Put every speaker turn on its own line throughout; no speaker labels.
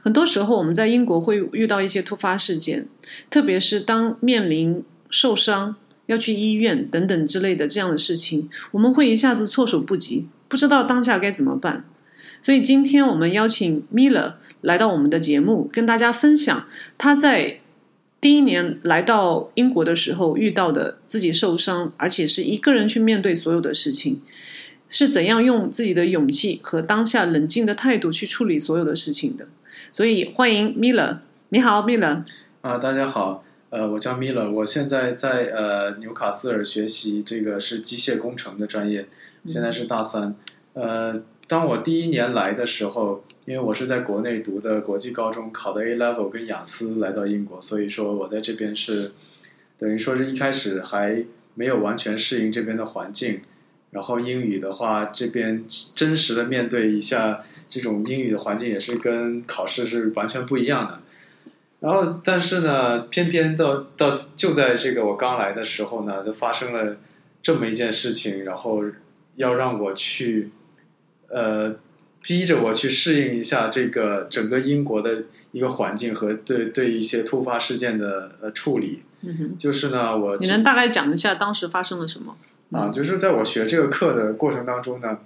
很多时候我们在英国会遇到一些突发事件，特别是当面临受伤、要去医院等等之类的这样的事情，我们会一下子措手不及，不知道当下该怎么办。所以今天我们邀请 Miller 来到我们的节目，跟大家分享他在第一年来到英国的时候遇到的自己受伤，而且是一个人去面对所有的事情。是怎样用自己的勇气和当下冷静的态度去处理所有的事情的？所以欢迎 Miller，你好 Miller。
啊，大家好，呃，我叫 Miller，我现在在呃纽卡斯尔学习这个是机械工程的专业，现在是大三。呃，当我第一年来的时候，因为我是在国内读的国际高中，考的 A Level 跟雅思来到英国，所以说我在这边是等于说是一开始还没有完全适应这边的环境，然后英语的话，这边真实的面对一下。这种英语的环境也是跟考试是完全不一样的。然后，但是呢，偏偏到到就在这个我刚来的时候呢，就发生了这么一件事情，然后要让我去，呃，逼着我去适应一下这个整个英国的一个环境和对对一些突发事件的呃处理。
嗯哼，
就是呢，我
你能大概讲一下当时发生了什么？
啊，就是在我学这个课的过程当中呢。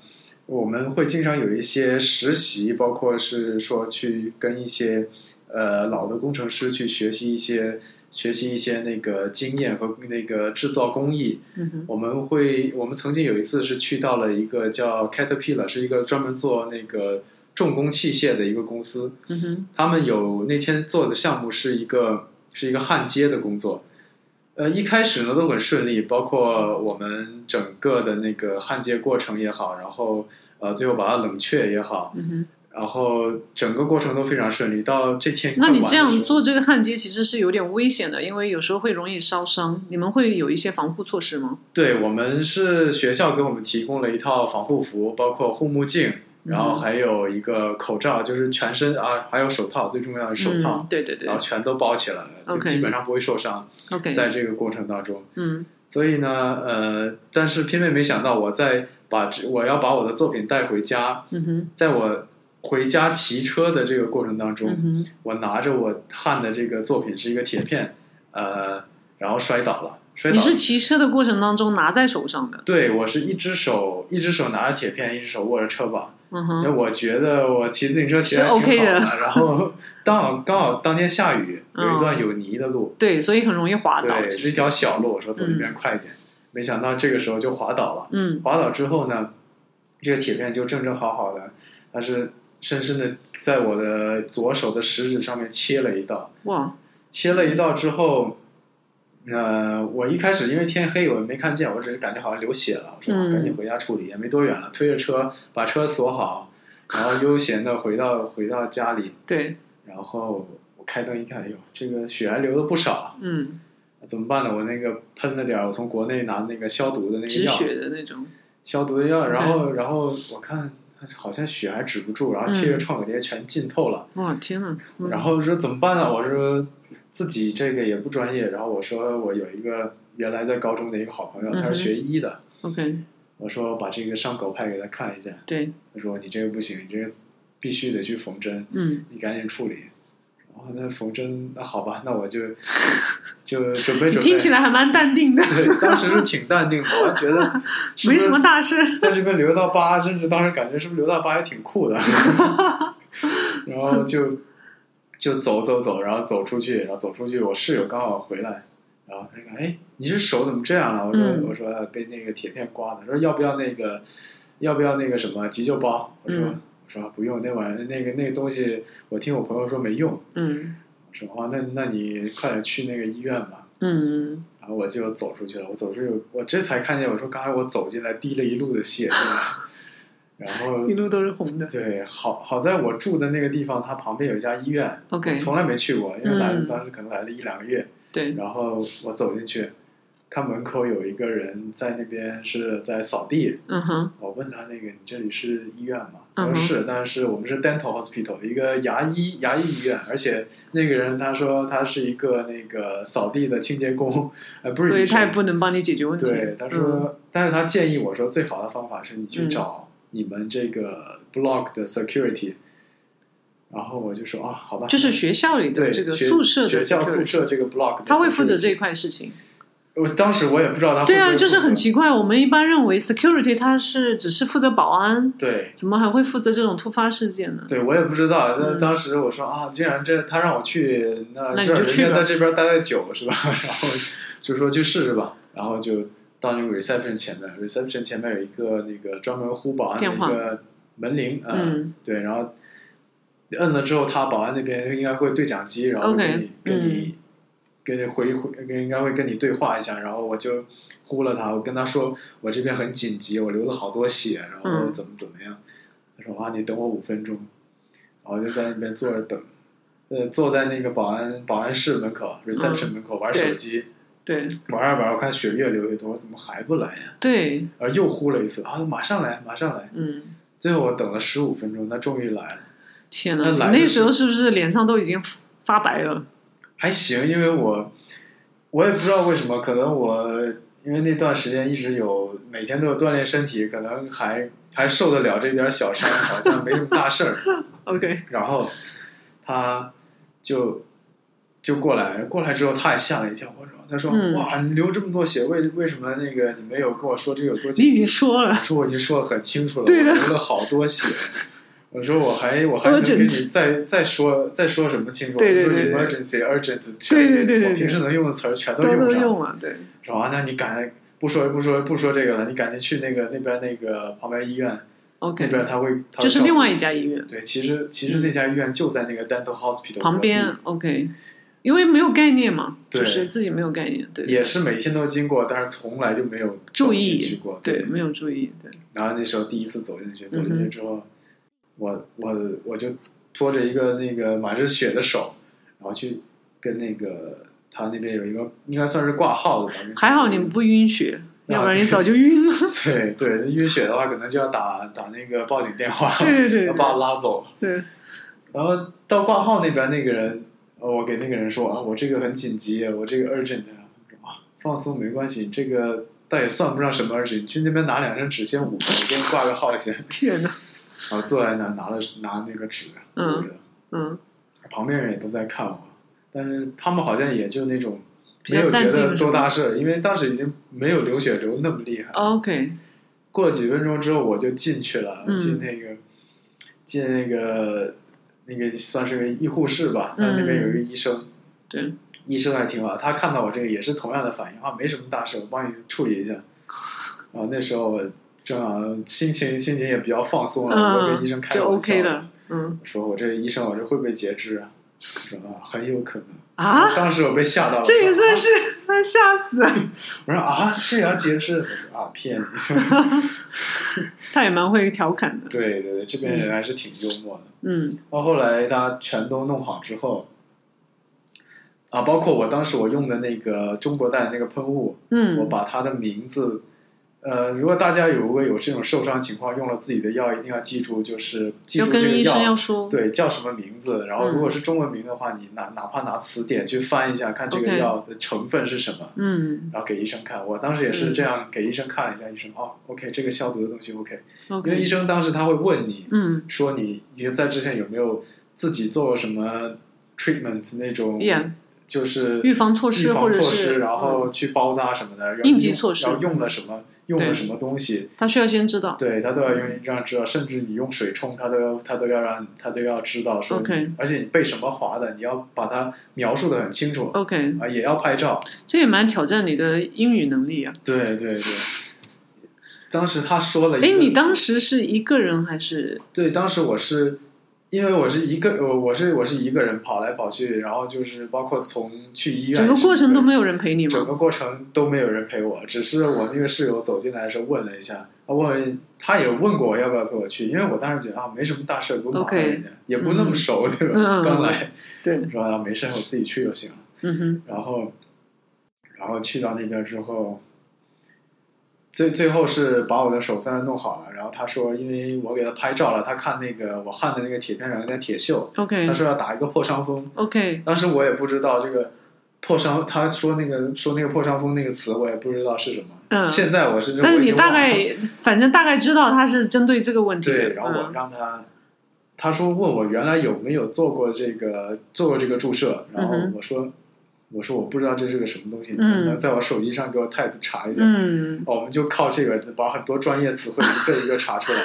我们会经常有一些实习，包括是说去跟一些呃老的工程师去学习一些学习一些那个经验和那个制造工艺。
嗯
我们会我们曾经有一次是去到了一个叫 Caterpillar，是一个专门做那个重工器械的一个公司。
哼，嗯哼，
他们有那天做的项目是一个是一个焊接的工作。呃，一开始呢都很顺利，包括我们整个的那个焊接过程也好，然后呃最后把它冷却也好，
嗯哼。
然后整个过程都非常顺利。到这天
那
快
你
完
这
的时
样
候
做这个焊接其实是有点危险的，因为有时候会容易烧伤。你们会有一些防护措施吗？
对我们是学校给我们提供了一套防护服，包括护目镜，
嗯
然后还有一个口罩，就是全身啊，还有手套，最重要的是手套，
嗯、对对对
然后全都包起来了，就
OK
基本上不会受伤。
，OK，
在这个过程当中，
嗯
所以呢，呃，但是偏偏没想到，我在把这我要把我的作品带回家，
嗯哼
在我回家骑车的这个过程当中，
嗯哼，
我拿着我焊的这个作品是一个铁片，呃，然后摔倒了，摔倒
你
了
是骑车的过程当中拿在手上的，
对我是一只手一只手拿着铁片，一只手握着车把，
嗯
因为
哼，
我觉得我骑自行车骑得还
是
挺
OK
好
的
然后刚好刚好当天下雨，有一段有泥的路，
对，所以很容易滑倒。
对，
其
是一
实
条小路，我说走这边快一点，没想到这个时候就滑倒了。
嗯
滑倒之后呢，这个铁片就正正好好的，但是深深的在我的左手的食指上面切了一道，
哇，
切了一道之后，呃，我一开始因为天黑，我没看见，我只是感觉好像流血了，我说、啊
嗯
赶紧回家处理，也没多远了，推着车把车锁好，然后悠闲的回到回到家里，
对，
然后我开灯一看，哎呦，这个血还流的不少，啊
嗯，
怎么办呢？我那个喷了点儿，我从国内拿那个消毒的那个
止
药，
血的那种，
消毒的药，然
嗯
后然后我看好像血还止不住，然后贴着创可贴全浸透了，
哇，天呐，嗯
然后说怎么办啊呢？我说自己这个也不专业，然后我说我有一个原来在高中的一个好朋友，
嗯哼
他是学医的，
，OK，
我说把这个伤口拍给他看一下，
对，
他说你这个不行，你这个必须得去缝针，
嗯，
你赶紧处理。然后那缝针，那好吧，那 我就就准备
你
准备。
听起来还蛮淡定的，
对，当时是挺淡定的，我还觉得是不
没
是
什么大事，
在这边留到疤，甚至当时感觉是不是留到疤也挺酷 的， 然后就就走走走，然后走出去，然后走出去，我室友刚好回来，然后他就看，哎，你这手怎么这样了？啊我说、
嗯
我说被那个铁片刮的，说要不要那个要不要那个什么急救包？我说、
嗯
我说啊不用，那玩意儿那个那个东西，我听我朋友说没用，我
嗯
说哦，那那你快点去那个医院吧。
嗯，
然后我就走出去了。我走出去，我这才看见，我说刚才我走进来滴了一路的血，是吧？然后
一路都是红的。
对，好好在我住的那个地方，它旁边有一家医院
OK
我从来没去过，因为
嗯
来、当时可能来了一两个月，
对，
然后我走进去，看门口有一个人在那边是在扫地，
嗯哼，
我问他那个你这里是医院吗？
嗯
他说
哼
是，但是我们是 dental hospital 一个牙医牙医医院，而且那个人他说他是一个那个扫地的清洁工，呃不是
所以
医生
他也不能帮你解决问题。
对，他说，
嗯
但是他建议我说，最好的方法是你去
嗯
找你们这个 block 的 security，、然后我就说啊，好吧，
就是学校里
对
的这个
学
宿舍的
学校
security
宿舍这个 block，的
他会负责
security
这一块事情。
我当时我也不知道他会
对
不
啊，
会
就是
负责
很奇怪，我们一般认为 security 他是只是负责保安，
对。
怎么还会负责这种突发事件呢？
对，我也不知道。那
嗯
当时我说啊，既然这他让我去，那
那你
这
就
人
去
家
吧
在这边待的久是吧？ 然后就说去试试吧。然后就到那个 reception 前面，reception 前面有一个那个专门呼保安的
电
一
话
个门铃，呃
嗯，
对，然后摁了之后，他保安那边应该会对讲机，然后
OK，
跟你跟
嗯
你跟你回回跟应该会跟你对话一下，然后我就呼了他，我跟他说我这边很紧急，我流了好多血，然后
嗯
怎么怎么样，他说啊你等我五分钟，然后就在那边坐着等，呃坐在那个保安保安室门口 reception 门口玩手
嗯对
机，
对
玩啊着玩着我看血越流越多，我怎么还不来呀、
对，
然后又呼了一次啊马上来马上来，
嗯，
最后我等了十五分钟，他终于来了。
天
那
哪，
来
你那
的
时候是不是脸上都已经发白了？
还行，因为我我也不知道为什么，可能我因为那段时间一直有每天都有锻炼身体，可能还还受得了这点小伤，好像没什么大事儿。
OK，
然后他就就过来，过来之后他也吓了一跳，我说他说、
嗯
哇，你流这么多血，为为什么那个你没有跟我说这有多紧急？
你已经说了
我，说我已经说的很清楚了，
对的
我流了好多血。我说我还我还
我
能
整
跟你再再说再说什么清楚？
对对
我说
对对
emergency urgent，
对对对对
我平时能用的词儿全都
都都
上。
用了，对，
说啊，那你赶不说不说不说这个了，你赶紧去那个那边那个旁边医院，那
OK，
边他会他会
就是
照顾
另外一家医院
对，其实其实那家医院就在那个 dental hospital
旁
隔
边 OK，因为没有概念嘛，
对
就是自己没有概念，对，
壁，也是每天都经过，但是从来就没有
注
走进去
意
过，。
对，没有注意，对，
然后那时候第一次走进去，
嗯
走
哼
进去之后，我我我就拖着一个那个满是血的手，然后去跟那个他那边有一个应该算是挂号的吧，
还好你们不晕血，
啊
要不然你 早就晕了。
对对晕血的话，可能就要打打那个报警电话，
对对对
要把我拉走。
对，
然后到挂号那边那个人，呃我给那个人说啊，我这个很紧急，我这个 urgent，然后他说啊，放松没关系，这个倒也算不上什么 urgent，你去那边拿两张纸先捂着，我给你挂个号先。
天哪，
然后坐在那儿拿了拿那个纸，
嗯
捂着
嗯，
旁边人也都在看我，但是他们好像也就那种
比
没
较
有觉
淡定
得
是
多
吗
大事儿，因为当时已经没有流血流那么厉害。
OK，
过了几分钟之后，我就进去了，
嗯
进那个进那个那个算是个医护室吧，
嗯
那边有一个医生，
对，
医生还挺好，他看到我这个也是同样的反应啊，没什么大事，我帮你处理一下。然后那时候我正好心情心情也比较放松了，我跟医生
嗯，
开
就
玩笑
OK 了，嗯
我说我这医生，我这会不会截肢啊？他说啊，很有可能。
啊，
当时我被吓到了，
这也
我说啊
算是吓死了，
我说啊，这也要截肢？我说啊，骗你。
他也蛮会调侃的，
对对对，这边人还是挺幽默的。
嗯
到后来他全都弄好之后，啊，包括我当时我用的那个中国带那个喷雾，
嗯，
我把他的名字，呃，如果大家有如果有这种受伤情况，用了自己的药，一定要记住，就是记
要
住这
跟
个
医生
药
要说，
对，叫什么名字？然后
嗯
如果是中文名的话，你哪哪怕拿词典去翻一下，看这个
OK
药的成分是什么，
嗯
然后给医生看。我当时也是
嗯
这样给医生看了一下，医生哦，OK，这个消毒的东西 OK，因为医
，OK，
生当时他会问你
嗯
说你你在之前有没有自己做过什么 treatment 那种
，Yeah，
就是
预防措施
预防
或者
措
是嗯
施，然后去包扎什么的，然后
应急
用
措施
然后用了什么用了
对
什么东西，
他需要先知道，
对他都要用让知道，甚至你用水冲，他都要他都要让他都要知道说
OK
而且你被什么划的，你要把它描述的很清楚
OK，
啊，也要拍照。
这也蛮挑战你的英语能力啊。
对对对，当时他说了一个
哎
词，，
你当时是一个人还是
对当时我是。因为我是一个，我我是我是一个人跑来跑去，然后就是包括从去医院，
整个过程都没
有，
有人陪你
整
吗？
个过程都没有人陪我，只是我那个室友走进来的时候问了一下，哦，我很他也问过我要不要跟我去，因为我当时觉得啊没什么大事，不麻烦
OK
人家也不那么熟，对吧？
嗯
刚来，
对，
说啊没事，我自己去就行了。
嗯哼，
然后，然后去到那边之后，最最后是把我的手算是弄好了。然后他说，因为我给他拍照了，他看那个我焊的那个铁片上有点铁锈，
OK
他说要打一个破伤风。
OK，
当时我也不知道这个破伤，他说那个说那个破伤风那个词，我也不知道是什么。
嗯
现在我甚至
但是
我已
你
经
大
忘了
概反正大概知道他是针对这个问题的，
对，然后我
嗯
让他，他说问我原来有没有做过这个做过这个注射，然后
嗯哼
我说、我说我不知道这是个什么东西，
嗯
那在我手机上给我 type 查一下。哦
嗯，
我们就靠这个就把很多专业词汇一个一个查出来，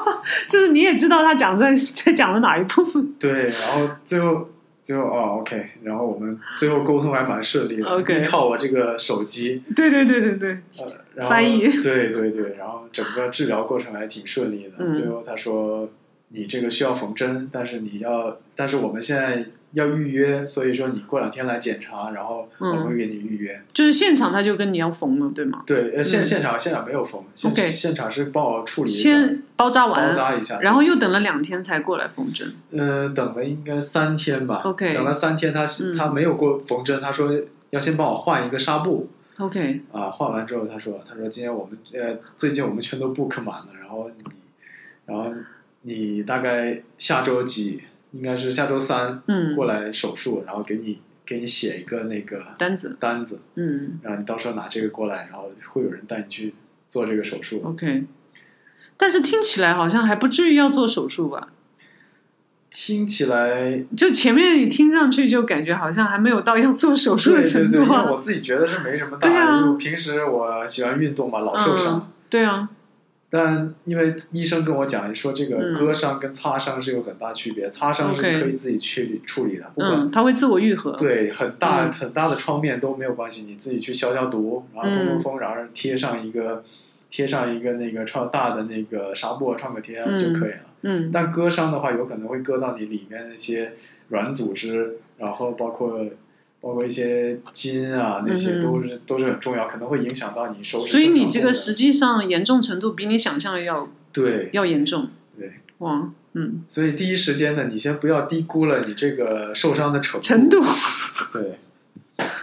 就是你也知道他讲在在讲的哪一部分
对，然后最后最后哦 OK，然后我们最后沟通还蛮顺利的
OK
依靠我这个手机、
对对对对对，
呃然后
翻译
对对对，然后整个治疗过程还挺顺利的。
嗯
最后他说你这个需要缝针，但是你要，但是我们现在要预约，所以说你过两天来检查，然后我
嗯
们会给你预约。
就是现场他就跟你要缝了，对吗？
对，呃，现
嗯
现场现场没有缝，现
OK
现场是帮我处理一下，
先包扎完，
包扎一下，
然后又等了两天才过来缝针。
呃，等了应该三天吧。
OK
等了三天他，他、
嗯
没有过缝针，他说要先帮我换一个纱布
OK，
啊，换完之后他说，他说今天我们呃最近我们全都 book 满了，然后你，然后你大概下周几，应该是下周三
嗯
过来手术，然后给你给你写一个那个
单子，
单子，
嗯
然后你到时候拿这个过来，然后会有人带你去做这个手术。
，OK。但是听起来好像还不至于要做手术吧？
听起来
就前面你听上去就感觉好像还没有到要做手术的程度
对对对，因为
啊。
我自己觉得是没什么大
对啊
碍。因为我平时我喜欢运动嘛，老受伤，
嗯，对啊，
但因为医生跟我讲说，这
嗯
个割伤跟擦伤是有很大区别，擦伤是
OK
可以自己去处理的，不管、
嗯，它会自我愈合。，
对很大、
嗯
很大的创面都没有关系，你自己去消消毒，然后通通风，然后贴上一个贴上一个那个创大的那个纱布创可贴
嗯
就可以了。
嗯
但割伤的话，有可能会割到你里面那些软组织，然后包括包括一些筋啊，那些
嗯哼
都是、都是很重要，可能会影响到你手指
所
正常
以
动的。
你这个实际上严重程度比你想象的要
对
要严重。
对，
哇，嗯，
所以第一时间呢，你先不要低估了你这个受伤的程度。
程度
对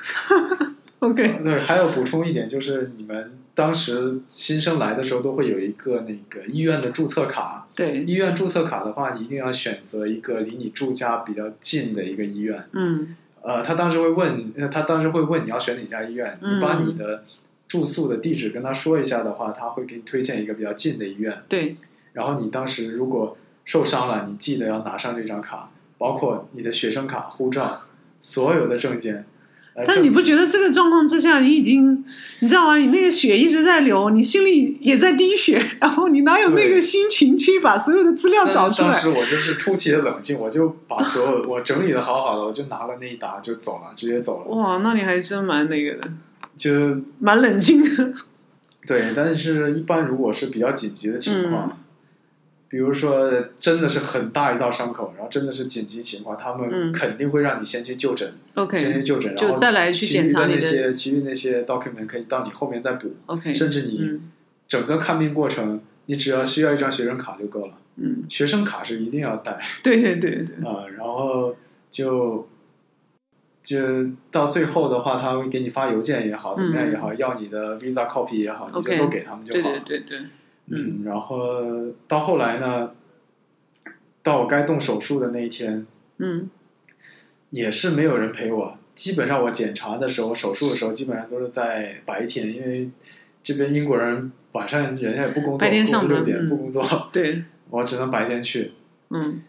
OK，
对，还有补充一点就是，你们当时新生来的时候都会有一个那个医院的注册卡，
对，
医院注册卡的话，你一定要选择一个离你住家比较近的一个医院。
嗯
呃，他当时会问，呃他当时会问你要选哪家医院，
嗯
你把你的住宿的地址跟他说一下的话，他会给你推荐一个比较近的医院。
对，
然后你当时如果受伤了，你记得要拿上这张卡，包括你的学生卡、护照，所有的证件。呃、
但
证
你不觉得这个状况之下，你已经，你知道吗？你那个血一直在流，你心里也在滴血，然后你哪有那个
对
心情去把所有的资料
但
找出
当
来
时？我就是出奇的冷静，我就把所有我整理的好好的，我就拿了那一沓就走了，直接走了。
哇，那你还真蛮那个的，
就
蛮冷静的。
对，但是一般如果是比较紧急的情况，
嗯
比如说真的是很大一道伤口，然后真的是紧急情况，他
嗯
们肯定会让你先去就诊，先去
OK
就诊，
就
然后
再来去
其余
检查
的
你
那
的
些其余那些 document 可以到你后面再补，
OK，
甚至你
嗯
整个看病过程，你只要需要一张学生卡就够了。
嗯，
学生卡是一定要带啊、
对对对对，
呃然后就就到最后的话，他会给你发邮件也好，怎么样也好，要你的 Visa copy 也好，你
嗯
就
OK，
都给他们就
对
好了。
对对对，
嗯，然后到后来呢，到我该动手术的那一天，
嗯
也是没有人陪我。基本上我检查的时候，手术的时候，基本上都是在白天，因为这边英国人晚上人家也不工作，
白天上班
过了六点
嗯
不工作，
对，
我只能白天去。
嗯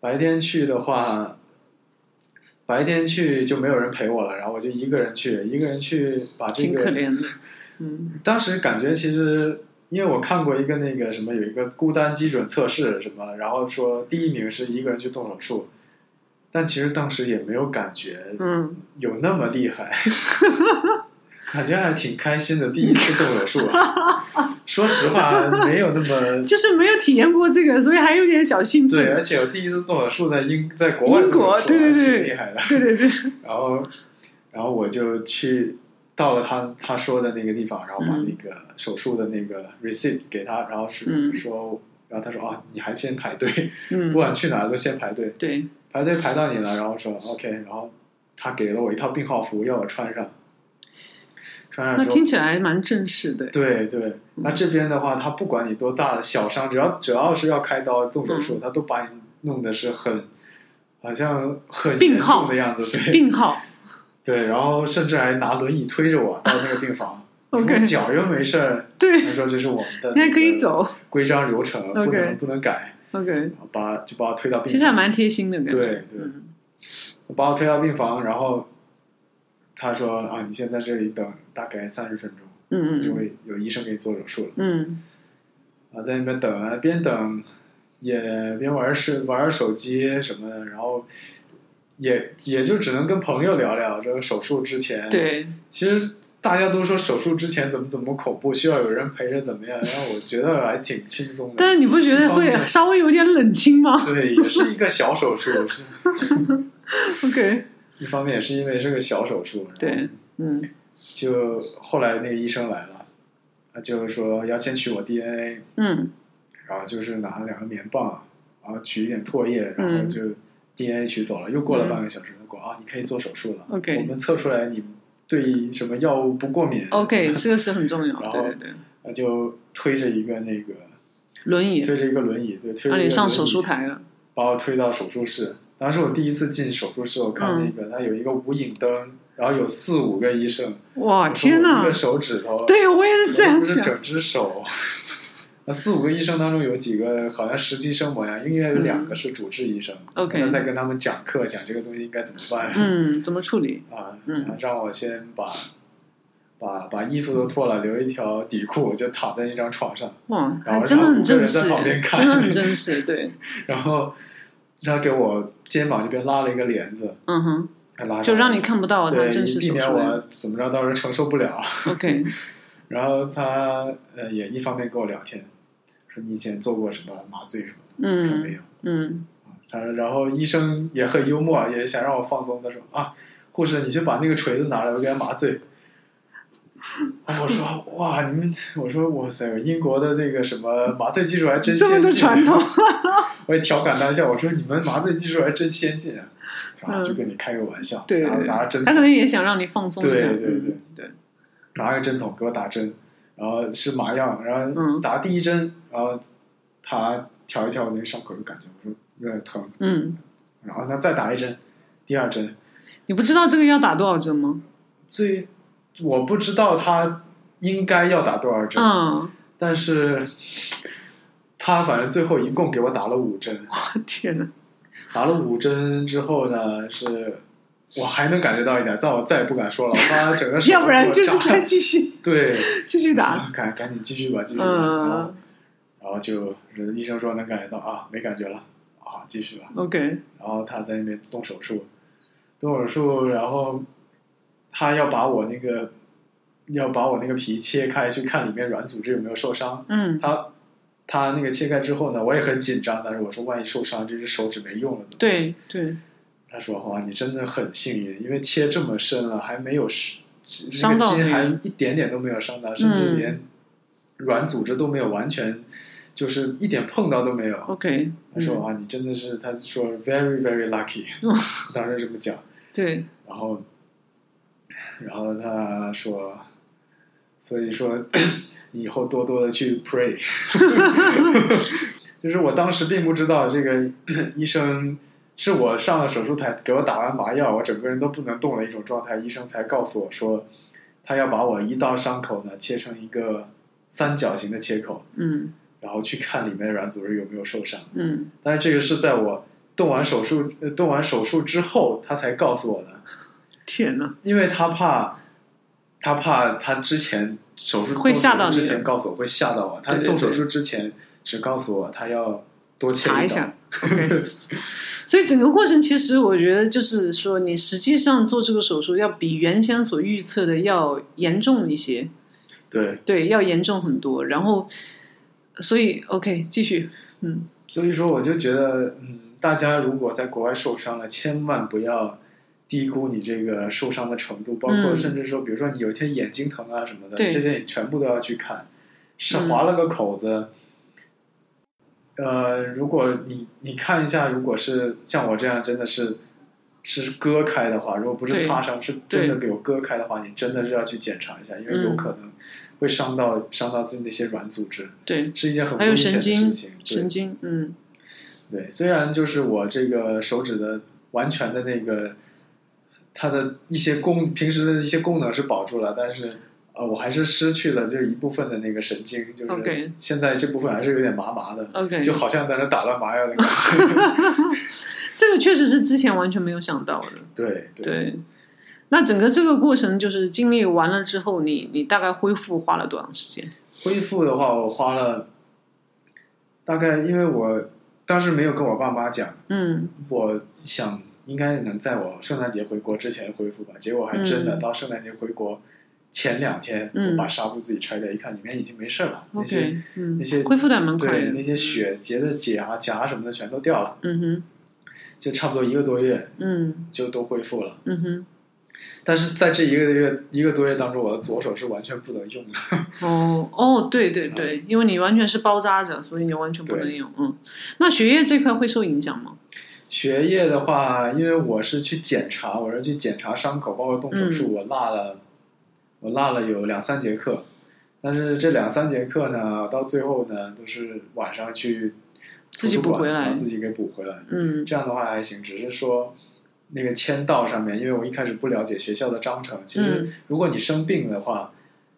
白天去的话，白天去就没有人陪我了，然后我就一个人去，一个人去把这
挺
个
可怜的， 嗯
当时感觉其实，因为我看过一个那个什么，有一个孤单基准测试什么，然后说第一名是一个人去动手术，但其实当时也没有感觉
嗯。
有那么厉 害，感觉还挺开心的。第一次动手术啊， 说实话没有那么
就是没有体验过这个，所以还有点小兴奋。
对，而且我第一次动手术在英在国外
英国
动
对
手术还
对对
挺厉害的。
对对对
然后，然后我就去到了他他说的那个地方，然后把那个手术的那个 receipt 给他，然后是
嗯
说，然后他说啊，你还先排队，
嗯
不，管去哪儿都先排队，
对，
排队排到你了，然后说 OK，然后他给了我一套病号服，要我穿上，穿
那
上之
听
后，
起来蛮正式的。
对对，那这边的话，他不管你多大小伤，只要只要是要开刀动手
嗯
术，他都把你弄的是很好像很
病
严
号
重的样子，对，
病号
对，然后甚至还拿轮椅推着我到那个病房。我
OK
脚又没事儿，
对
他说这是我们 的，
你还可以，走
规章流程不
OK
能不能改，
，OK，
然后把就把我推到病
其实还
房，
蛮贴心的感觉。
对对
嗯
把我推到病房，然后他说啊，你先在这里等大概三十分钟，
嗯
就
嗯
会有医生给你做手术了。
嗯
啊，在那边等啊，边等也边玩手玩玩手机什么的，然后也也就只能跟朋友聊聊这个手术之前，
嗯，，对，
其实大家都说手术之前怎么怎么恐怖，需要有人陪着怎么样，然后我觉得还挺轻松的。
但是你不觉得
一
会
方面
稍微有点冷清 吗
对，也是一个小手术，是
？OK，
一方面也是因为是个小手术，然
对
后，
嗯
就后来那个医生来了，他就是说要先取我 DNA，
嗯
然后就是拿两个棉棒，然后取一点唾液，然后
嗯
就 DNA 取走了。又过了半个小时，他说啊，你可以做手术了。
OK
我们测出来你对什么药物不过敏。
，OK，这个是很重要
然。后
对对对，
那就推着一个那个
轮椅
推着一个轮椅，对，推着
让
一
啊你
个
上
轮
手术
椅
台了。
把我推到手术室。当时我第一次进手术室，我看
嗯
那个、它有一个无影灯，然后有四五个医生。
哇，
我说
天
我
哪
一个！手指头，
对我也 是这
我
样
不是
想。
整只手。那四五个医生当中有几个好像实习生模样，应该有两个是主治医生。
嗯 OK
他在跟他们讲课，讲这个东西应该怎么办。
嗯，怎么处理？
啊，
嗯
让我先把把把衣服都脱了，留一条底裤，我就躺在一张床上。
哇，哎
然后
还真的很正式
让五个人在旁边，看
真的很正式。对，
然后他给我肩膀这边拉了一个帘子，
嗯哼，
还拉上
就让
我
你看不到他
对，
正式
避
手
免
术
我
的。
怎么着到时候承受不了。
OK，
然后他呃也一方面跟我聊天，说你以前做过什么麻醉什么的，我说没
嗯
有。
嗯
他说呃然后医生也很幽默，啊也想让我放松。他说啊，护士你去把那个锤子拿来，我给他麻醉。哎，我说哇，你们，我说哇塞，英国的这个什么麻醉技术还真
这么的
先进
传统
我也调侃他一下，我说你们麻醉技术还真先进啊，然后就跟你开个玩笑，
嗯对，
然后
对哎
拿着针
他可能也想让你放松一下。
对对
嗯
对
对，
拿个针筒给我打针，然后是麻药，然后
嗯
打第一针，然后他调一调我那个伤口，就感觉我说有点疼，
嗯，
然后他再打一针，第二针，
你不知道这个要打多少针吗？
最我不知道他应该要打多少针，
嗯，
但是他反正最后一共给我打了五针，
我天哪！
打了五针之后呢是。我还能感觉到一点，但我再也不敢说了。他整 个手
要不然就是
给我扎
再继续
对
继续打。
啊，赶赶紧继续吧，继续吧。然后
嗯
然后就医生说能感觉到啊，没感觉了，啊，继续吧。
，OK，
然后他在那边动手术，动手术，然后他要把我那个要把我那个皮切开，去看里面软组织有没有受伤。
嗯，
他他那个切开之后呢，我也很紧张，但是我说万一受伤，这只手指没用了怎么办？
对对，
他说哇，你真的很幸运，因为切这么深了，还没有是那
伤
个
到
筋
那
还
个
一点点都没有伤到，甚至连软组织都没有完全，就是一点碰到都没有。
OK，嗯
他说啊，你真的是，他说 very very lucky，当时这么讲，
对，
然后，然后他说，所以说 你以后多多的去 pray，就是我当时并不知道这个 医生是我上了手术台给我打完麻药，我整个人都不能动的一种状态，医生才告诉我说，他要把我一道伤口呢切成一个三角形的切口，
嗯
然后去看里面的软组织有没有受伤。
嗯
但是这个是在我动完手术、呃动完手术之后，他才告诉我的，
天哪，
因为他怕，他怕他之前手术
会吓到
动
你
手术之前告诉我会吓到我，他
对对对
动手术之前只告诉我他要多切
查
一
一
刀
下，，OK。所以整个过程其实我觉得就是说，你实际上做这个手术要比原先所预测的要严重一些，
对，
对，要严重很多。然后，所以 OK，继续，嗯
所以说我就觉得，嗯，大家如果在国外受伤了，千万不要低估你这个受伤的程度，包括
嗯
甚至说，比如说你有一天眼睛疼啊什么的，
对
这些你全部都要去看。是
嗯
划了个口子，呃，如果你你看一下，如果是像我这样，真的是是割开的话，如果不是
对
擦伤，是真的
对
给我割开的话，你真的是要去检查一下，因为有
嗯
可能会伤到伤到自己的一些软组织，
对，
是一件很
还
危
有
险
神
的事
经
情。对
神经，嗯，
对，虽然就是我这个手指的完全的那个，它的一些功平时的一些功能是保住了，但是呃，我还是失去了就是一部分的那个神经，就是
OK 现
现在这部分还是有点麻麻的
OK
就好像在那打了麻药的感觉。
这个确实是之前完全没有想到的。
对对
对，那整个这个过程就是经历完了之后，你你大概恢复花了多长时间？
恢复的话，我花了大概，因为我当时没有跟我爸妈讲，
嗯
我想应该能在我圣诞节回国之前恢复吧，结果还真的、
嗯
到圣诞节回国前两天，
嗯
我把纱布自己拆掉，一看里面已经没事了，那些
，OK，嗯
那些，
恢复的还蛮快
对那
的。
些血结的结啊、夹什么的全都掉了，
嗯哼，
就差不多一个多月
嗯
就都恢复了。
嗯
但是在这一个月一个多月当中，我的左手是完全不能用的。
哼，哦哦，对对对，因为你完全是包扎着，所以你完全不能
嗯对
用。嗯，那血液这块会受影响吗？
学业的话，因为我是去检查，我是去检查伤口，包括动手
嗯
术，我落了，我落了有两三节课，但是这两三节课呢，到最后呢，都是晚上去
自己补
图书馆
回来
把自己给补回来。
嗯
这样的话还行，只是说那个签到上面，因为我一开始不了解学校的章程，其实
嗯
如果你生病的话，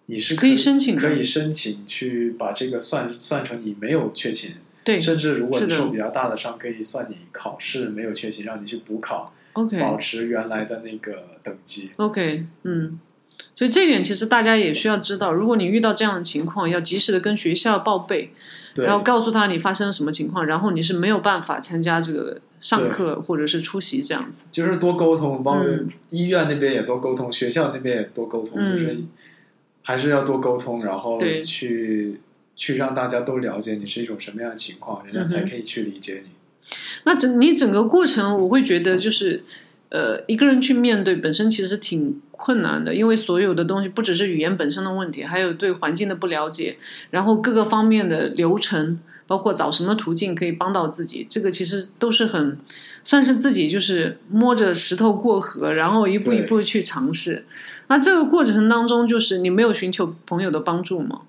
你是
可以申请的
可以申请去把这个算算成你没有缺勤。
对
甚至如果你
是的
受比较大的伤，可以算你考试没有缺勤，让你去补考，
，OK，
保持原来的那个等级。
OK，嗯，所以这一点其实大家也需要知道，如果你遇到这样的情况，要及时的跟学校报备，
对
然后告诉他你发生了什么情况，然后你是没有办法参加这个上课或者是出席这样子。
就是多沟通，包括
嗯
医院那边也多沟通，学校那边也多沟通，
嗯
就是还是要多沟通，然后
对
去去让大家都了解你是一种什么样的情况，人家
嗯
才
哼
可以去理解你。
那整你整个过程，我会觉得就是。呃，一个人去面对本身其实挺困难的，因为所有的东西不只是语言本身的问题，还有对环境的不了解，然后各个方面的流程，包括找什么途径可以帮到自己，这个其实都是很算是自己就是摸着石头过河，然后一步一步去尝试。那这个过程当中，就是你没有寻求朋友的帮助吗？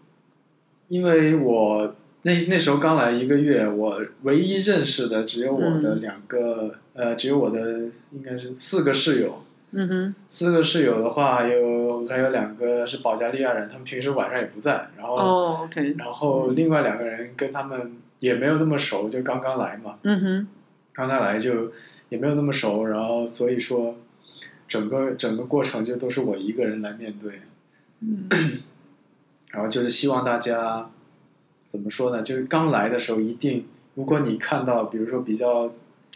因为我那那时候刚来一个月，我唯一认识的只有我
嗯
的两个、呃，只有我的应该是四个室友。
嗯哼，
四个室友的话，有还有两个是保加利亚人，他们平时晚上也不在。然后，
哦，OK，
然后另外两个人跟他们也没有那么熟，就刚刚来嘛，
嗯哼，
刚刚来就也没有那么熟。然后所以说，整个整个过程就都是我一个人来面对。
嗯
然后就是希望大家怎么说呢？就是刚来的时候，一定如果你看到，比如说比较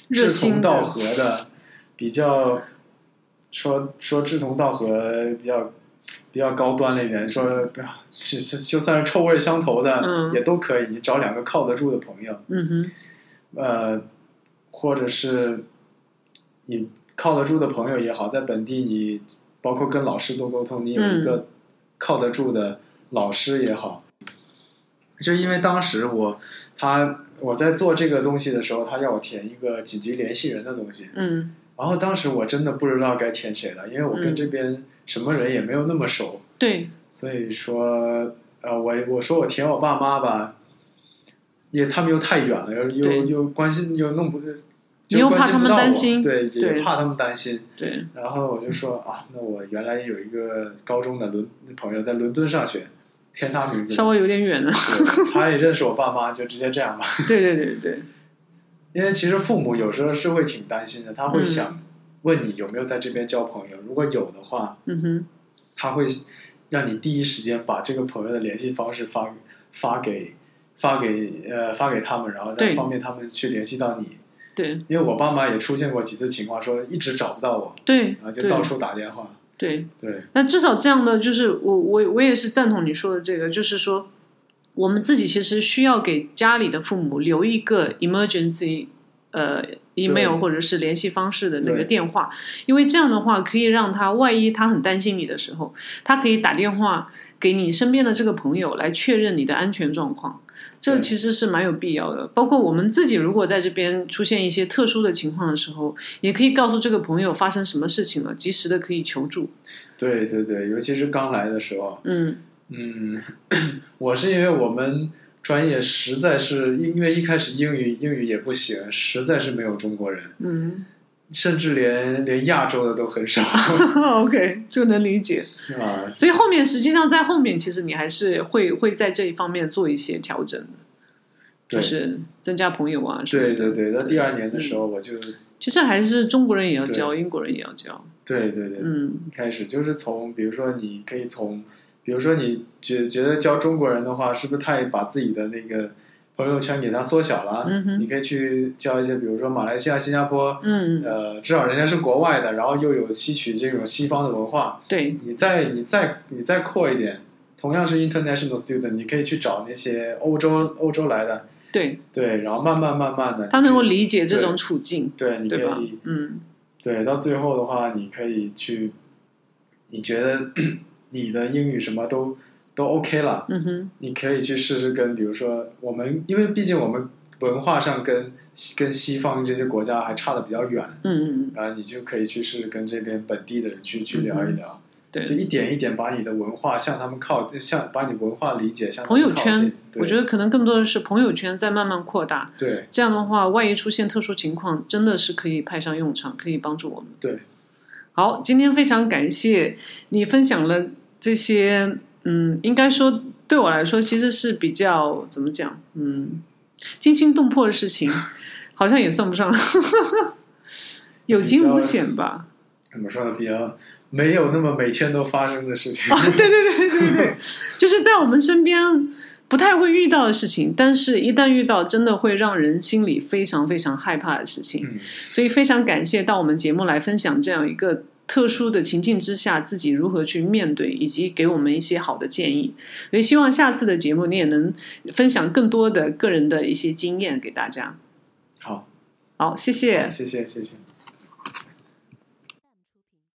热
志
心
同
的
道合的，比较说说志同道合，比较比较高端了一点，说不要，就就就算是臭味相投的、
嗯
也都可以，你找两个靠得住的朋友，
嗯哼，
呃，或者是你靠得住的朋友也好，在本地你包括跟老师多沟通，你有一个靠得住的老师也好，就因为当时我他我在做这个东西的时候，他要我填一个紧急联系人的东西，
嗯
然后当时我真的不知道该填谁了，因为我跟
嗯
这边什么人也没有那么熟，
对，
所以说，呃，我我说我填我爸妈吧，也他们又太远了，又又
对
又关心又弄不，
你
就
又
关
怕
心
他
不
们
到
担
我
心
对，
对
也怕他们担心。
对，
然后我就说啊，那我原来有一个高中的伦朋友在伦敦上学，填他名字
稍
吧，
微有点远了。
对他也认识我爸妈，就直接这样吧。
对对对对，
因为其实父母有时候是会挺担心的，他
嗯
会想问你有没有在这边交朋友，如果有的话，
嗯哼，
他会让你第一时间把这个朋友的联系方式发发给发给呃发给他们，然后
对
让方便他们去联系到你。
对
因为我爸妈也出现过几次情况，说一直找不到我，
对，
然后啊就
对
到处打电话。
对。
对
那至少这样的，就是我我我也是赞同你说的这个，就是说我们自己其实需要给家里的父母留一个 emergency 呃 email
对
或者是联系方式的那个
对
电话，因为这样的话可以让他万一他很担心你的时候，他可以打电话给你身边的这个朋友来确认你的安全状况。这
对
其实是蛮有必要的，包括我们自己如果在这边出现一些特殊的情况的时候，也可以告诉这个朋友发生什么事情了，及时的可以求助。
对对对，尤其是刚来的时候，
嗯
嗯， 我是因为我们专业实在是因为一开始英语英语也不行，实在是没有中国人，
嗯
甚至连连亚洲的都很 少
，OK，这个能理解。
啊。
所以后面实际上在后面，其实你还是会会在这一方面做一些调整的，
对
就是增加朋友啊什么的。
对对对，到第二年的时候我就
其实还是中国人也要
对
教，英国人也要教。
对对对，
嗯
一开始就是从，比如说你可以从，比如说你觉觉得教中国人的话，是不是太把自己的那个朋友圈给他缩小了？
嗯哼
你可以去教一些，比如说马来西亚、新加坡，
嗯，
呃，至少人家是国外的，然后又有吸取这种西方的文化，
对，
你再你再你再阔一点，同样是 international student，你可以去找那些欧洲欧洲来的，
对
对，然后慢慢慢慢的，
他能够理解这种
对
处境，
对，你可
对吧
以？
嗯
对，到最后的话，你可以去，你觉得 你的英语什么都都 OK 了，
嗯哼，
你可以去试试跟，比如说我们，因为毕竟我们文化上跟西跟西方这些国家还差的比较远，
嗯嗯嗯，
然后你就可以去试试跟这边本地的人去去聊一
嗯
聊，就
对。
一点一点把你的文化向他们靠，向把你文化理解向他
朋
们
友
靠近
圈，
对
我觉得可能更多的是朋友圈在慢慢扩大。
对
这样的话，万一出现特殊情况，真的是可以派上用场，可以帮助我们。
对，
好，今天非常感谢你分享了这些，嗯，应该说对我来说其实是比较怎么讲，嗯，惊心动魄的事情，好像也算不上， 有惊无险吧？
怎么说呢，比较没有那么每天都发生的 事情，
就是在我们身边不太会遇到的事情，但是一旦遇到，真的会让人心里非常非常害怕的事情。
嗯，
所以非常感谢到我们节目来分享这样一个特殊的情境之下，自己如何去面对，以及给我们一些好的建议。所以希望下次的节目你也能分享更多的个人的一些经验给大家。
好，
好，谢谢。
谢谢谢谢。